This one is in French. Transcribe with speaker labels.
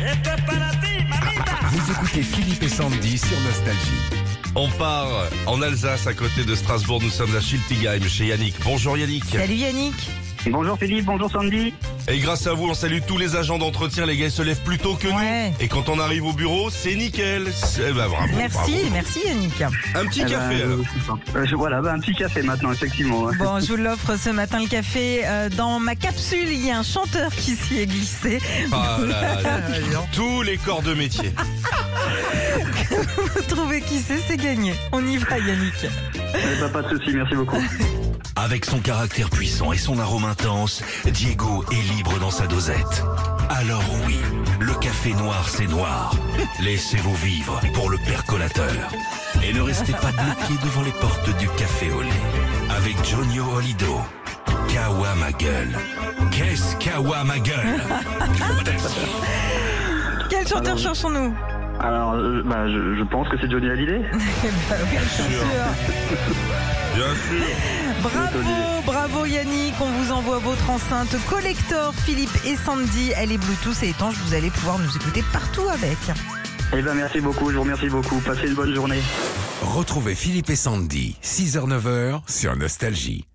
Speaker 1: Esto es para ti, mamita.
Speaker 2: Vous écoutez Philippe et Sandy sur Nostalgie.
Speaker 3: On part en Alsace à côté de Strasbourg. Nous sommes à Schiltigheim chez Yannick. Bonjour Yannick.
Speaker 4: Salut Yannick.
Speaker 5: Bonjour Philippe, bonjour Sandy.
Speaker 3: Et grâce à vous, on salue tous les agents d'entretien. Les gars ils se lèvent plus tôt que
Speaker 4: Ouais.
Speaker 3: nous. Et quand on arrive au bureau, c'est nickel. C'est- bah, bravo, bravo.
Speaker 4: Merci, merci Yannick.
Speaker 3: Un petit
Speaker 5: Eh ben,
Speaker 3: café. alors.
Speaker 5: euh, je- euh, je- voilà, bah, un petit café maintenant, effectivement. hein. ouais.
Speaker 4: Bon, je vous l'offre ce matin le café. Euh, Dans ma capsule, il y a un chanteur qui s'y est glissé.
Speaker 3: Ah là là. Tous les corps de métier.
Speaker 4: Vous trouvez qui c'est, c'est gagné. On y va Yannick.
Speaker 5: Eh ben, pas de souci, merci beaucoup.
Speaker 6: Avec son caractère puissant et son arôme intense, Diego est libre dans sa dosette. Alors oui, le café noir c'est noir. Laissez-vous vivre pour le percolateur. Et ne restez pas bloqués devant les portes du café au lait. Avec Jonio Olido. Kawa ma gueule. Qu'est-ce Kawa ma gueule
Speaker 4: Quel chanteur
Speaker 5: Alors,
Speaker 4: cherchons-nous
Speaker 5: Alors, euh, bah, je, je pense que c'est Johnny Hallyday.
Speaker 4: Eh ben oui, bien sûr.
Speaker 3: Bien sûr.
Speaker 4: Bravo, bravo Yannick. On vous envoie votre enceinte collector Philippe et Sandy. Elle est Bluetooth et étanche. Vous allez pouvoir nous écouter partout avec.
Speaker 5: Eh ben, merci beaucoup, je vous remercie beaucoup. Passez une bonne journée.
Speaker 2: Retrouvez Philippe et Sandy, 6h-9h sur Nostalgie.